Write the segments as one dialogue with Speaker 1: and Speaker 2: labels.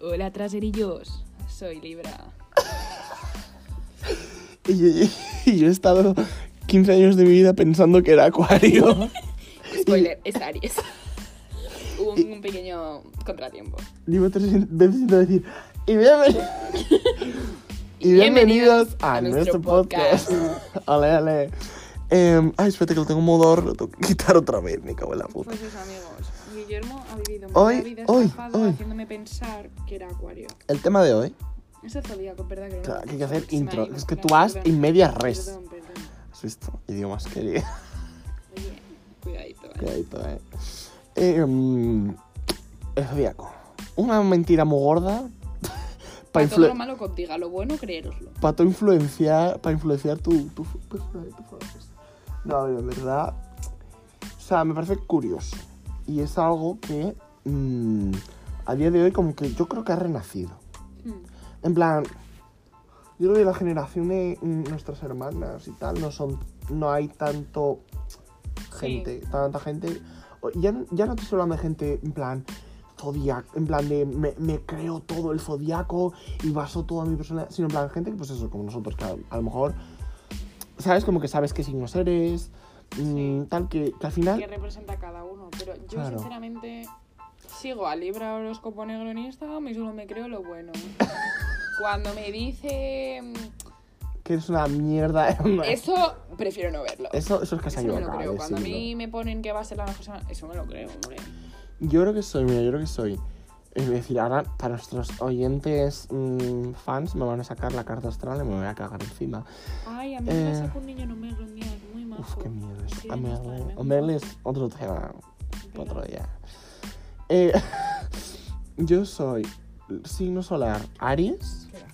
Speaker 1: Hola traserillos, soy Libra.
Speaker 2: Y yo, y- y yo he estado 15 años de mi vida pensando que era acuario.
Speaker 1: Spoiler, es Aries. Hubo un, un pequeño contratiempo.
Speaker 2: Digo tres veces intento decir. Y, bienven- y bienvenidos a, nuestro podcast. Ale, ale. Em, ay, espérate que lo tengo en modo ahorro, lo tengo que quitar otra vez, me cago en la puta.
Speaker 1: Pues eso, amigos. Guillermo ha vivido
Speaker 2: Hoy,
Speaker 1: una vida
Speaker 2: hoy,
Speaker 1: estafada
Speaker 2: hoy.
Speaker 1: haciéndome pensar que era acuario.
Speaker 2: El tema de hoy,
Speaker 1: Eso es zodíaco, ¿verdad? Que, no lo
Speaker 2: claro, que hay
Speaker 1: he
Speaker 2: que
Speaker 1: dicho?
Speaker 2: hacer
Speaker 1: Se me ha
Speaker 2: intro.
Speaker 1: ido.
Speaker 2: Es que
Speaker 1: Claro,
Speaker 2: tú vas
Speaker 1: perdón.
Speaker 2: en media res.
Speaker 1: Perdón, perdón.
Speaker 2: ¿Has visto? Idiomas queridos.
Speaker 1: Oye, cuidadito, ¿vale?
Speaker 2: Cuidadito, eh. Em, el zodiaco. Una mentira muy gorda. pa'
Speaker 1: Para todo
Speaker 2: influ-
Speaker 1: lo malo contigo, lo bueno creeroslo.
Speaker 2: para influenciar, para influenciar tu, tu, tu- tu- tu- No, a ver, en verdad, o sea, me parece curioso y es algo que mm, a día de hoy como que yo creo que ha renacido.
Speaker 1: Hmm.
Speaker 2: En plan, yo creo que la generación de mm, nuestras hermanas y tal no son, no hay tanto gente, tanta gente. o- Ya, ya no te estoy hablando de gente en plan zodiac, en plan de me, me creo todo el zodiaco y baso toda mi persona, sino en plan gente que pues eso, como nosotros, que a, a lo mejor sabes como que sabes qué signos eres, mm, tal que, que al
Speaker 1: que
Speaker 2: final
Speaker 1: representa a cada uno. Pero yo,
Speaker 2: Claro.
Speaker 1: sinceramente, sigo a Libra Horóscopo Negro en Instagram y solo me creo lo bueno. Cuando me dice mm,
Speaker 2: que eres una mierda.
Speaker 1: eso, prefiero no verlo.
Speaker 2: eso, eso es que se
Speaker 1: Eso
Speaker 2: ha
Speaker 1: me
Speaker 2: equivocado
Speaker 1: lo creo.
Speaker 2: de
Speaker 1: Cuando a
Speaker 2: signo.
Speaker 1: mí me ponen que va a ser la mejor semana, eso me lo creo, hombre.
Speaker 2: Yo creo que soy, mira, yo creo que soy. Es decir, ahora para nuestros oyentes mm, fans me van a sacar la carta astral y me voy a cagar encima.
Speaker 1: Ay, a mí me
Speaker 2: Eh.
Speaker 1: sacó un niño no me un día, muy majo.
Speaker 2: Uf, qué miedo
Speaker 1: Sí,
Speaker 2: eso. A
Speaker 1: en
Speaker 2: Merle-
Speaker 1: Instagram,
Speaker 2: a
Speaker 1: ¿eh?
Speaker 2: Merle es otro tema,
Speaker 1: Pero-
Speaker 2: otro día. Eh, yo soy signo solar Aries,
Speaker 1: Espera,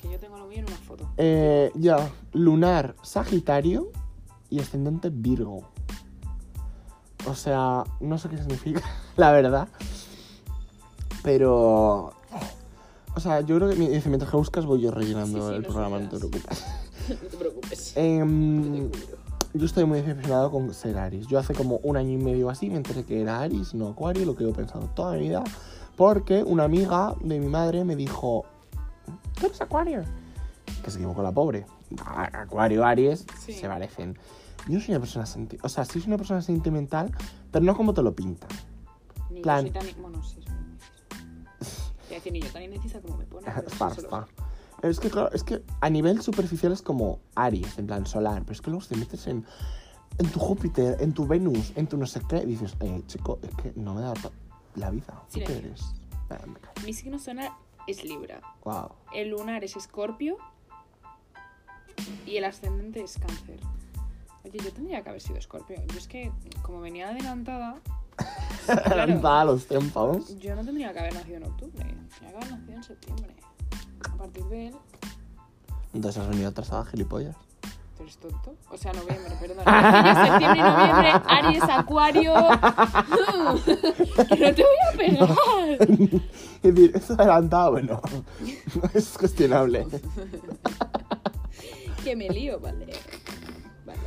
Speaker 1: Que yo tengo lo mío en una foto.
Speaker 2: eh, ya, lunar Sagitario y ascendente Virgo. O sea, no sé qué significa, la verdad. Pero. O sea, yo creo que mi- mientras que buscas voy yo rellenando
Speaker 1: Sí, sí,
Speaker 2: el
Speaker 1: no
Speaker 2: programa, no te
Speaker 1: sufras.
Speaker 2: preocupes.
Speaker 1: no te preocupes.
Speaker 2: Em,
Speaker 1: Yo te cubro.
Speaker 2: yo estoy muy decepcionado con ser Aries. Yo hace como un año y medio o así me enteré que era Aries, no Acuario, lo que he pensado toda mi vida. Porque una amiga de mi madre me dijo, ¿tú eres Acuario? Que se equivocó la pobre. A- Acuario, Aries,
Speaker 1: Sí.
Speaker 2: se parecen. Yo soy una persona sentimental, o sea, sí soy una persona sentimental, pero no como te lo pintan.
Speaker 1: Ni
Speaker 2: plan-
Speaker 1: yo soy tan... Bueno, sí, soy indecisa. Te decía, ni yo tan indecisa como me pone. pero
Speaker 2: Far,
Speaker 1: eso lo
Speaker 2: far. Pero es que, claro, es que a nivel superficial es como Aries, en plan solar, pero es que luego te metes en, en tu Júpiter, en tu Venus, en tu no sé qué, y dices, eh, chico, es que no me da pa- la vida. ¿Tú qué
Speaker 1: Silencio.
Speaker 2: eres? Ah, me callo.
Speaker 1: sé. Mi signo solar es Libra.
Speaker 2: Guau.
Speaker 1: El lunar es Escorpio. Y el ascendente es Cáncer. Oye, yo tendría que haber sido Escorpio. Yo es que, como venía adelantada, Claro.
Speaker 2: Da a los tiempos.
Speaker 1: yo no tendría que haber nacido en octubre. Tendría que haber nacido en septiembre. A partir de él,
Speaker 2: Entonces has venido atrasada, gilipollas.
Speaker 1: ¿tú eres tonto? O sea, noviembre, perdón. Nací en septiembre, noviembre, Aries, Acuario. que no te voy a pegar.
Speaker 2: es decir, es adelantado, bueno, no es cuestionable.
Speaker 1: Que me lío, vale. Vale.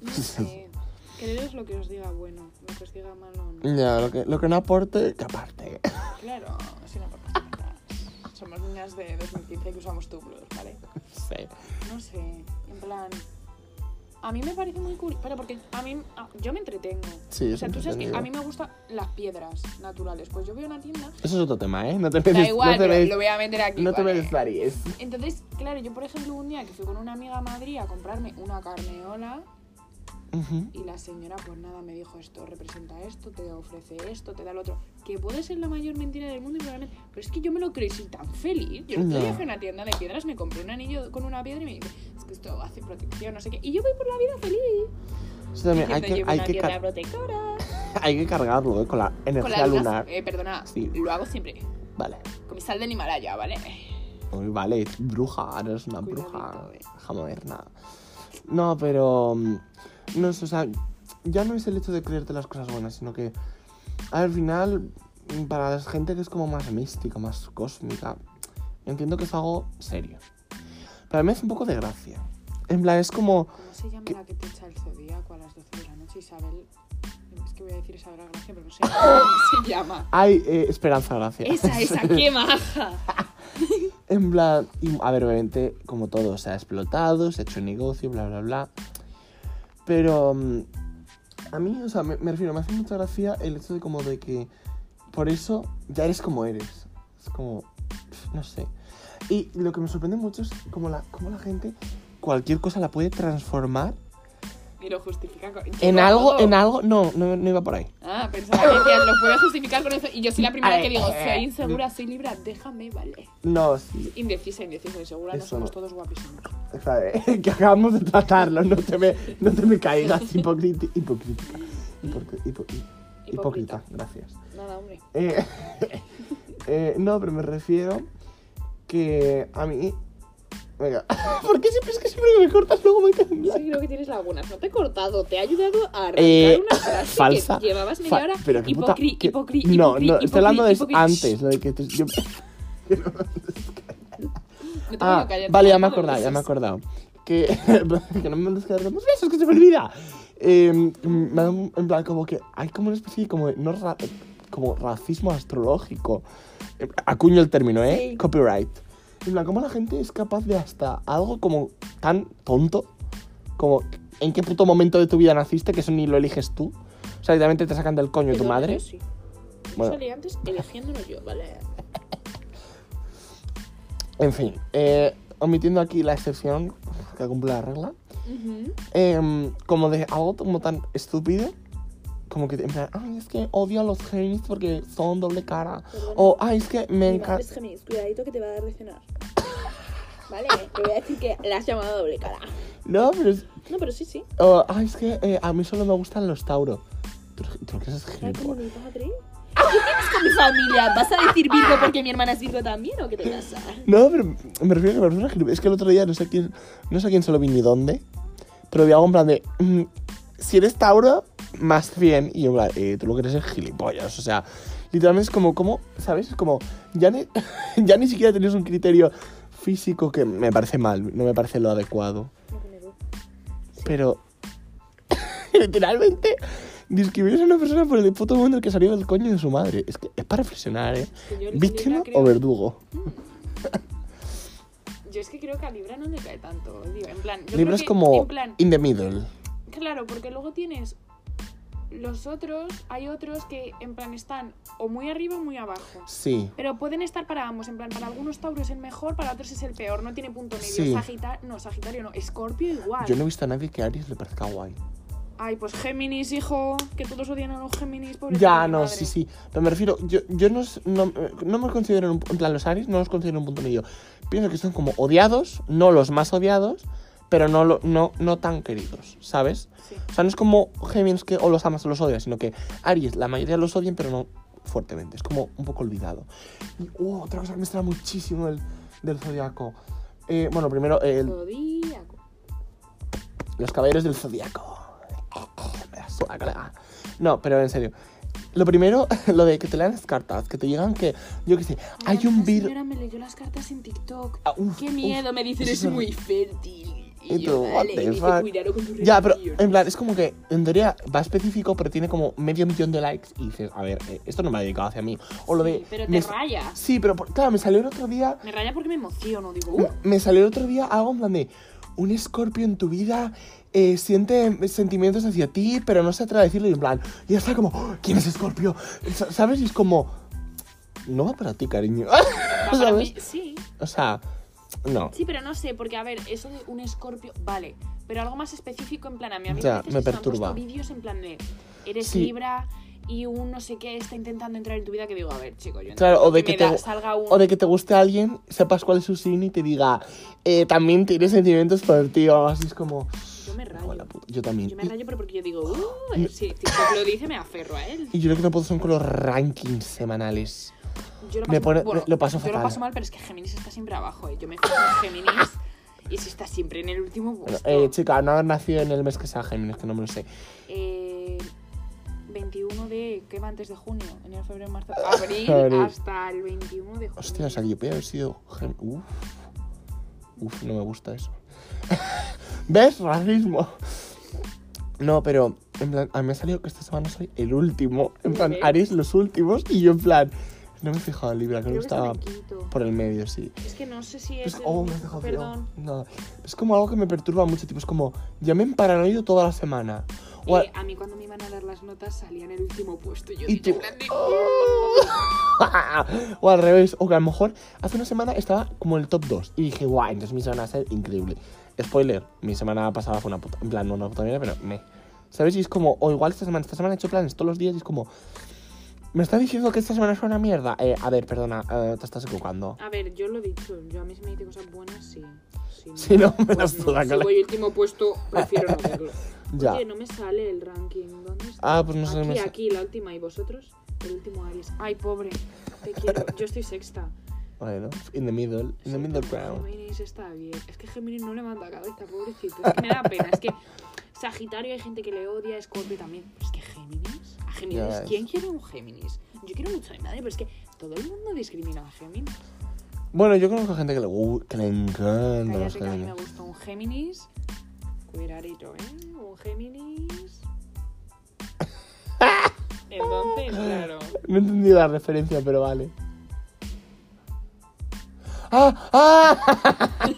Speaker 1: No sé. Creeros lo que os diga bueno, lo que os diga malo no.
Speaker 2: Ya, lo que, lo que no aporte, que aparte.
Speaker 1: Claro, si no por Somos niñas de 2015 que usamos tublos, ¿vale?
Speaker 2: sí.
Speaker 1: No sé, en plan. A mí me parece muy cool, pero porque a mí. a- yo me entretengo.
Speaker 2: Sí,
Speaker 1: o sea,
Speaker 2: es
Speaker 1: tú sabes que
Speaker 2: entretenido.
Speaker 1: a mí me gustan las piedras naturales. Pues yo veo una tienda.
Speaker 2: Eso es otro tema, ¿eh? No te metes,
Speaker 1: Da igual,
Speaker 2: no te
Speaker 1: pero
Speaker 2: metes-
Speaker 1: lo voy a meter aquí. ¿eh?
Speaker 2: no te
Speaker 1: ¿vale?
Speaker 2: metes Aries.
Speaker 1: Entonces, claro, yo por ejemplo un día que fui con una amiga a Madrid a comprarme una carneola
Speaker 2: Ujú.
Speaker 1: y la señora pues nada me dijo esto representa esto, te ofrece esto, te da lo otro, que puede ser la mayor mentira del mundo y probablemente, pero es que yo me lo creí soy tan feliz. Yo el otro día
Speaker 2: Ya.
Speaker 1: fui a una tienda de piedras, me compré un anillo con una piedra y me dice, es que esto hace protección, no sé qué, y yo voy por la vida feliz.
Speaker 2: Eso también hay
Speaker 1: diciendo,
Speaker 2: que,
Speaker 1: "Llevo
Speaker 2: hay
Speaker 1: una
Speaker 2: que
Speaker 1: piedra
Speaker 2: car-
Speaker 1: protectora.
Speaker 2: Hay que cargarlo, ¿eh? Con la
Speaker 1: Con
Speaker 2: energía
Speaker 1: la luna-
Speaker 2: lunar.
Speaker 1: eh, perdona,
Speaker 2: Sí.
Speaker 1: lo hago siempre.
Speaker 2: Vale.
Speaker 1: Con mi sal del Himalaya, ¿vale?
Speaker 2: Uy, vale, bruja, ahora es una bruja.
Speaker 1: Cuidadito, eh.
Speaker 2: Déjame ver nada. No, pero. mm, No sé, o sea, ya no es el hecho de creerte las cosas buenas, sino que al final, mm, para la gente que es como más mística, más cósmica, entiendo que es algo serio. Pero a mí me hace un poco de gracia. En plan, es como.
Speaker 1: ¿Cómo se llama
Speaker 2: ¿Qué?
Speaker 1: la que te echa el zodíaco a las 12 de la noche, Isabel? Es que voy a decir Isabel Gracia, pero no sé cómo se llama.
Speaker 2: Ay, eh, Esperanza Gracia.
Speaker 1: Esa, esa, qué maja.
Speaker 2: En plan, y, a ver, obviamente, como todo, se ha explotado, se ha hecho negocio, bla, bla, bla. Pero mm, a mí, o sea, me, me refiero, me hace mucha gracia el hecho de como de que por eso ya eres como eres. Es como, pf, no sé. Y lo que me sorprende mucho es como la, como la gente cualquier cosa la puede transformar
Speaker 1: Y lo justifica con...
Speaker 2: en
Speaker 1: Yo
Speaker 2: algo,
Speaker 1: cuando-
Speaker 2: en algo. No, no, no iba por ahí.
Speaker 1: Ah, pensaba que decías, lo puedes justificar con eso. Y yo soy la primera
Speaker 2: Ay,
Speaker 1: que digo,
Speaker 2: eh.
Speaker 1: soy insegura, soy libra, déjame, vale.
Speaker 2: No, sí.
Speaker 1: Indecisa, indecisa, insegura, no
Speaker 2: Eso
Speaker 1: somos
Speaker 2: no.
Speaker 1: todos guapísimos.
Speaker 2: O sea, eh, que acabamos de tratarlo, no te me, no te me caigas, hipócrita. Hipócrita. Hipoc- hipo- hi-
Speaker 1: Hipócrita.
Speaker 2: hipócrita, gracias.
Speaker 1: Nada, hombre.
Speaker 2: Eh, eh, no, pero me refiero que a mí. Venga, ¿por qué siempre es que siempre que me cortas luego me quedo en blanco?
Speaker 1: Sí, creo que tienes lagunas. No te he cortado, te he ayudado a arrancar
Speaker 2: Eh,
Speaker 1: una frase
Speaker 2: falsa.
Speaker 1: que llevabas media
Speaker 2: Fa-
Speaker 1: hora.
Speaker 2: pero qué puta-
Speaker 1: Hipocri-
Speaker 2: qué-
Speaker 1: hipocri-
Speaker 2: No,
Speaker 1: hipocri-
Speaker 2: no, estoy hablando de eso
Speaker 1: hipocri-
Speaker 2: antes, lo de que te- yo-
Speaker 1: No te voy
Speaker 2: Ah,
Speaker 1: a callar,
Speaker 2: vale,
Speaker 1: te
Speaker 2: ya me he
Speaker 1: voy a callar.
Speaker 2: acordado, ya me he acordado. Que, que no me mandes quedar más besos, que se me olvida. Eh, me da un- en plan como que hay como una especie de como, de- no ra- como racismo astrológico. Eh, Acuño el término, ¿eh?
Speaker 1: Sí.
Speaker 2: Copyright. En plan, como la gente es capaz de hasta algo como tan tonto, como en qué puto momento de tu vida naciste, que eso ni lo eliges tú. O sea, literalmente te sacan del coño de tu
Speaker 1: Perdón,
Speaker 2: madre.
Speaker 1: yo sí. Yo
Speaker 2: Bueno.
Speaker 1: salí antes eligiéndolo yo, ¿vale?
Speaker 2: En fin, eh, omitiendo aquí la excepción que cumple la regla.
Speaker 1: Ujú.
Speaker 2: em, como de algo como tan estúpido. Como que en plan, ay, es que odio a los Géminis porque son doble cara.
Speaker 3: Perdona.
Speaker 2: O, ay, es que me
Speaker 3: Mi madre
Speaker 2: encanta.
Speaker 3: es Géminis, cuidadito que te va a dar de cenar. Vale, te voy a decir que la has llamado doble cara.
Speaker 2: No, pero es.
Speaker 3: No, pero sí, sí.
Speaker 2: o, ay, es que eh, a mí solo me gustan los Tauro. ¿Tú, tú qué eres
Speaker 3: Ay, como
Speaker 2: gilipollas?
Speaker 3: mi padre. ¿Qué tienes con mi familia? ¿Vas a decir Virgo porque mi hermana es Virgo también o qué te pasa?
Speaker 2: No, pero me refiero a que me resulta gilipollas. Es que el otro día no sé quién, no sé a quién se lo vi ni dónde. Pero vi algo en plan de. mm, si eres Tauro, más 100. Y yo, en plan, eh, tú lo que eres es gilipollas. O sea, literalmente es como, como ¿sabes? Es como, ya ni, ya ni siquiera tenías un criterio físico que me parece mal, no me parece lo adecuado. Pero, literalmente, describir a una persona por el puto mundo que salió del coño de su madre. Es que es para reflexionar, ¿eh?
Speaker 1: Que yo el
Speaker 2: ¿Víctima
Speaker 1: Libra creo- ¿eh?
Speaker 2: o verdugo?
Speaker 1: Yo es que creo que a Libra no le cae tanto. Digo, en plan, yo
Speaker 2: Libro
Speaker 1: creo
Speaker 2: es
Speaker 1: que,
Speaker 2: como
Speaker 1: En plan,
Speaker 2: in the middle.
Speaker 1: Claro, porque luego tienes los otros, hay otros que en plan están o muy arriba o muy abajo.
Speaker 2: Sí.
Speaker 1: Pero pueden estar para ambos, en plan, para algunos Tauro es el mejor, para otros es el peor, no tiene punto medio.
Speaker 2: Sí.
Speaker 1: Sagita- no, Sagitario no, Escorpio igual.
Speaker 2: Yo no he visto a nadie que a Aries le parezca guay.
Speaker 1: Ay, pues Géminis, hijo, que todos odian a los Géminis, pobre
Speaker 2: Ya, no, sí, sí. Pero me refiero, yo, yo no, s- no, no me considero, un- en plan, los Aries no los considero un punto medio. Pienso que son como odiados, no los más odiados, pero no, lo- no, no tan queridos, ¿sabes?
Speaker 1: Sí.
Speaker 2: O sea, no es como Géminis que o los amas o los odias, sino que Aries, la mayoría los odian, pero no fuertemente. Es como un poco olvidado. Y uh, otra cosa que me extraña muchísimo del, del zodiaco. Eh, bueno, primero, eh, el-
Speaker 1: Zodíaco.
Speaker 2: los caballeros del zodiaco. Me la suda, colega. No, pero en serio. Lo primero, lo de que te lean las cartas, que te llegan que, yo qué sé,
Speaker 1: Ay,
Speaker 2: hay un Ah,
Speaker 1: una
Speaker 2: virus.
Speaker 1: señora me leyó las cartas en TikTok.
Speaker 3: Qué miedo, me dicen,
Speaker 2: eso
Speaker 3: es
Speaker 2: es
Speaker 3: muy fértil.
Speaker 2: Y
Speaker 3: Y
Speaker 2: tú,
Speaker 3: yo,
Speaker 2: what
Speaker 3: vale,
Speaker 2: the
Speaker 3: y dice,
Speaker 2: fuck.
Speaker 3: cuidado con tu
Speaker 2: Ya, pero
Speaker 3: relación.
Speaker 2: en plan, es como que en teoría va específico, pero tiene como medio millón de likes y dices, a ver, eh, esto no me ha dedicado hacia mí. O lo de.
Speaker 1: Sí, pero
Speaker 2: me
Speaker 1: te
Speaker 2: s-
Speaker 1: raya.
Speaker 2: Sí, pero por- claro, me salió el otro día
Speaker 1: Me raya porque me emociono, digo, uh,
Speaker 2: Me salió el otro día algo en plan de un escorpio en tu vida eh, siente sentimientos hacia ti, pero no se atreve a decirlo. Y en plan, y está como, "Oh, ¿quién es escorpio? Sa- ¿Sabes? Y es como, no va para ti, cariño.
Speaker 1: va para mí.
Speaker 2: ¿Sabes?
Speaker 1: Sí.
Speaker 2: O sea, no.
Speaker 1: Sí, pero no sé, porque a ver, eso de un escorpio, vale, pero algo más específico en plan a mí. A mí a
Speaker 2: Ya,
Speaker 1: veces
Speaker 2: me
Speaker 1: eso han
Speaker 2: perturba.
Speaker 1: puesto vídeos en plan de eres
Speaker 2: Sí.
Speaker 1: libra y un no sé qué está intentando entrar en tu vida que digo, a ver, chico, yo
Speaker 2: Claro,
Speaker 1: entiendo
Speaker 2: o de que,
Speaker 1: me
Speaker 2: te,
Speaker 1: da-
Speaker 2: gu-
Speaker 1: salga un...
Speaker 2: o de que te guste alguien, sepas cuál es su signo y te diga, eh, también tienes sentimientos por ti o algo así. Es como,
Speaker 1: Yo me
Speaker 2: "Hijo de la
Speaker 1: rayo.
Speaker 2: puta". yo también.
Speaker 1: Yo me
Speaker 2: Y-
Speaker 1: rayo, pero porque yo digo,
Speaker 2: Ah,
Speaker 1: uh, si TikTok lo dice, me aferro a él.
Speaker 2: y yo lo que no puedo son con los rankings semanales.
Speaker 1: Yo lo
Speaker 2: Me
Speaker 1: paso,
Speaker 2: pone-
Speaker 1: bueno,
Speaker 2: lo paso
Speaker 1: yo
Speaker 2: fatal.
Speaker 1: lo paso mal, pero es que Géminis está siempre abajo, ¿eh? Yo me fijo en Géminis y si está siempre en el último
Speaker 2: Bueno,
Speaker 1: puesto.
Speaker 2: eh, chica, no haber nacido en el mes que sea Géminis, que no me lo sé.
Speaker 1: Eh, 21 de. ¿Qué va antes de junio? Enero, febrero, marzo. Abril
Speaker 2: Ah, Abril.
Speaker 1: hasta el 21 de junio.
Speaker 2: Hostia, o sea, yo podía haber sido. gen- Uf. Uf, no me gusta eso. ¿Ves? Racismo. No, pero En plan, a mí me ha salido que esta semana soy el último. En plan,
Speaker 1: Vale.
Speaker 2: haréis los últimos. Y yo, en plan, no me he fijado en Libra, creo
Speaker 1: Creo
Speaker 2: que
Speaker 1: que
Speaker 2: estaba
Speaker 1: estaba en quinto.
Speaker 2: por el medio, sí.
Speaker 1: Es que no sé si es.
Speaker 2: Es,
Speaker 1: el
Speaker 2: oh, me has
Speaker 1: mismo,
Speaker 2: dejado frío.
Speaker 1: Perdón.
Speaker 2: Nada. Es como algo que me perturba mucho, tipo, es como, ya me han paranoido toda la semana. O a-
Speaker 1: Eh, a mí cuando me iban a dar las notas salía en el último puesto. Yo
Speaker 2: Y
Speaker 1: dije,
Speaker 2: tú- oh.
Speaker 1: "Grande".
Speaker 2: o al revés, o que a lo mejor hace una semana estaba como en el top 2 y dije, guau, entonces mi semana va a ser increíble. Spoiler, mi semana pasada fue una puta, en plan, no una puta mierda, pero me. ¿Sabes? Y es como, o igual esta semana, esta semana he hecho planes todos los días y es como, ¿me está diciendo que esta semana fue una mierda? Eh, a ver, perdona, eh, te estás equivocando.
Speaker 1: A ver, yo lo he dicho. Yo a mí si me dice cosas buenas, sí. Si no,
Speaker 2: Si no, me
Speaker 1: pues
Speaker 2: das
Speaker 1: no.
Speaker 2: toda
Speaker 1: Si
Speaker 2: cola.
Speaker 1: voy último puesto, prefiero no verlo.
Speaker 2: Ya.
Speaker 1: Oye, no me sale el ranking. ¿Dónde está?
Speaker 2: Ah, pues no sé,
Speaker 1: aquí,
Speaker 2: me sa-
Speaker 1: aquí, la última. ¿Y vosotros? El último Aries. Ay, pobre. Te quiero. Yo estoy sexta.
Speaker 2: Bueno, in the middle, in the
Speaker 1: Sí,
Speaker 2: middle
Speaker 1: pero
Speaker 2: ground.
Speaker 1: Géminis está bien. Es que Géminis no levanta cabeza, pobrecito. Es que me da pena. Es que Sagitario hay gente que le odia, Scorpio también. Pero es que Géminis. A Géminis.
Speaker 2: Ya ves.
Speaker 1: ¿Quién quiere un Géminis? Yo quiero mucho de madre, pero es que todo el mundo discrimina a Géminis.
Speaker 2: Bueno, yo conozco gente que le, gu- que le encanta los
Speaker 1: Cállate que a mí me
Speaker 2: Géminis.
Speaker 1: gusta un Géminis. Cuidadito, ¿eh? Un Géminis. Entonces, claro.
Speaker 2: No he entendido la referencia, pero vale. ¡Ah!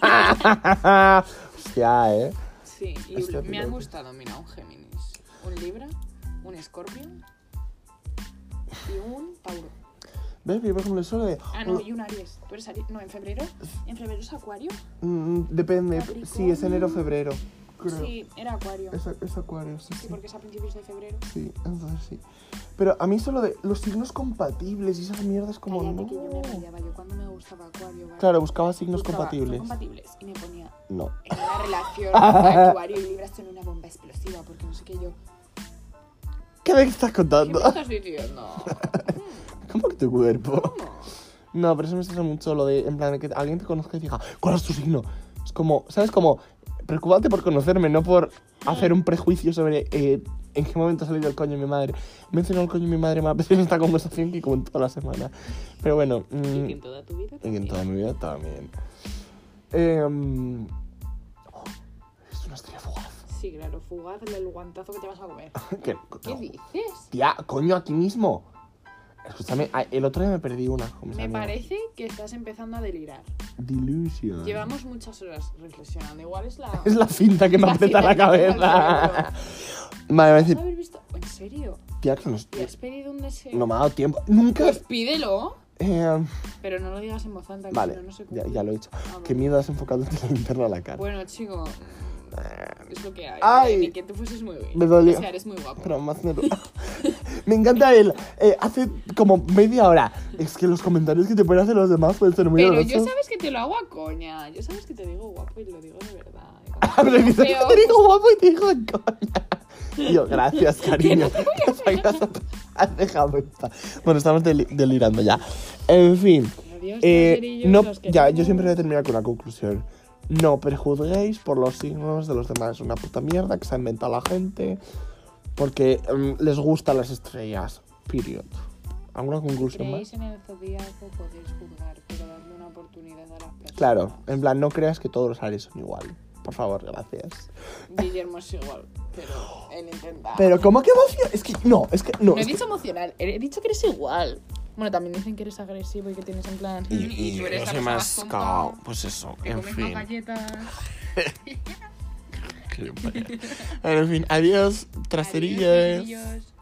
Speaker 2: ¡Ah! Hostia, eh.
Speaker 1: Sí, y
Speaker 2: Hostia,
Speaker 1: me han
Speaker 2: piloto.
Speaker 1: gustado, mira, un Géminis, un Libra, un Escorpión y un Tauro.
Speaker 2: ¿Ves? Yo, por ejemplo, solo de. oh,
Speaker 1: Ah, no, y un Aries. ¿Tú eres Aries? No, en febrero. ¿En febrero es Acuario?
Speaker 2: Mm, depende. Si
Speaker 1: Capricornio.
Speaker 2: es enero o febrero. Creo.
Speaker 1: Sí, era Acuario.
Speaker 2: Es, es acuario, sí,
Speaker 1: Sí,
Speaker 2: sí.
Speaker 1: porque es a principios de febrero.
Speaker 2: Sí, entonces sí. Pero a mí solo de los signos compatibles y esas mierdas como.
Speaker 1: Cállate que yo me
Speaker 2: No.
Speaker 1: rayaba. Yo cuando me gustaba Acuario, ¿vale?
Speaker 2: Claro, buscaba signos
Speaker 1: Buscaba,
Speaker 2: compatibles.
Speaker 1: Son compatibles. Y me ponía
Speaker 2: No.
Speaker 1: en una relación Acuario y Libra son una bomba explosiva porque no sé qué yo.
Speaker 2: ¿Qué me estás
Speaker 1: ¿Qué me
Speaker 2: contando?
Speaker 1: estás diciendo? Mm,
Speaker 2: ¿Cómo que tu cuerpo?
Speaker 1: ¿Cómo?
Speaker 2: No, pero eso me estresa mucho lo de, en plan, que alguien te conozca y diga, ¿cuál es tu signo? Es como, ¿sabes? Como, preocupante por conocerme, no por hacer un prejuicio sobre eh, en qué momento ha salido el coño de mi madre. Me he mencionado el coño de mi madre más veces en esta conversación que como en toda la semana. Pero bueno,
Speaker 1: Y
Speaker 2: mm,
Speaker 1: que en toda tu vida.
Speaker 2: y en
Speaker 1: también.
Speaker 2: toda mi vida también. Em, oh, es una estrella fugaz.
Speaker 1: Sí, claro, fugaz el guantazo que te vas a comer.
Speaker 2: ¿Qué,
Speaker 1: ¿Qué dices?
Speaker 2: Tía, coño, aquí mismo. Escúchame, a- el otro día me perdí una. con mis
Speaker 1: Me
Speaker 2: amigos.
Speaker 1: parece que estás empezando a delirar.
Speaker 2: Delusion.
Speaker 1: Llevamos muchas horas reflexionando. Igual es la.
Speaker 2: Es la cinta que me
Speaker 1: La
Speaker 2: aprieta
Speaker 1: cinta
Speaker 2: la
Speaker 1: que me aprieta el
Speaker 2: cabeza.
Speaker 1: ¿Vas
Speaker 2: Vale, me
Speaker 1: a
Speaker 2: dice,
Speaker 1: haber visto? ¿En serio?
Speaker 2: tía, que nos-
Speaker 1: ¿Le has pedido un deseo?
Speaker 2: no me ha dado tiempo. Nunca.
Speaker 1: Pues pídelo,
Speaker 2: Eh,
Speaker 1: pero no lo digas en voz alta. que si
Speaker 2: vale,
Speaker 1: no, no se
Speaker 2: ya,
Speaker 1: cumple.
Speaker 2: ya lo he hecho.
Speaker 1: Ah, vale.
Speaker 2: Qué miedo has enfocado la linterna a la cara.
Speaker 1: Bueno, chico. Es lo que hay.
Speaker 2: Ay.
Speaker 1: Ni que tú fueses muy bien.
Speaker 2: Me dolió.
Speaker 1: O sea, eres muy guapo.
Speaker 2: Pero más nero- Me encanta él. Eh, hace como media hora. Es que los comentarios que te pueden hacer los demás pueden ser muy
Speaker 1: Pero yo
Speaker 2: dolorosos.
Speaker 1: sabes que te lo hago a coña. Yo sabes que te digo guapo y lo digo de verdad. Y
Speaker 2: Ah,
Speaker 1: cuando
Speaker 2: pero dices,
Speaker 1: feo,
Speaker 2: te digo guapo y te digo en coña. Y Yo, gracias, cariño. Has dejado estar. Bueno, estamos deli- delirando ya. En fin.
Speaker 1: Adiós,
Speaker 2: Eh,
Speaker 1: caserillos,
Speaker 2: no,
Speaker 1: los
Speaker 2: ya, yo
Speaker 1: queremos.
Speaker 2: siempre voy a terminar con la conclusión. No prejuzguéis por los signos de los demás. Es una puta mierda que se ha inventado la gente. Porque mm, les gustan las estrellas. Period. ¿Alguna conclusión más?
Speaker 1: creéis en el zodíaco podéis juzgar, pero darle una oportunidad a las personas.
Speaker 2: Claro, en plan, no creas que todos los Aries son igual. Por favor, gracias.
Speaker 1: Guillermo es igual, pero él intenta.
Speaker 2: Pero, ¿cómo que emoción? Es que no, es que
Speaker 1: no Ah.
Speaker 2: no.
Speaker 1: he
Speaker 2: es que-
Speaker 1: dicho emocional, he dicho que eres igual. Bueno, también dicen que eres agresivo y que tienes en plan. tú eres la persona más tonta,
Speaker 2: Pues eso,
Speaker 1: que comes más galletas.
Speaker 2: en fin, adiós, traserillas.
Speaker 1: Adiós,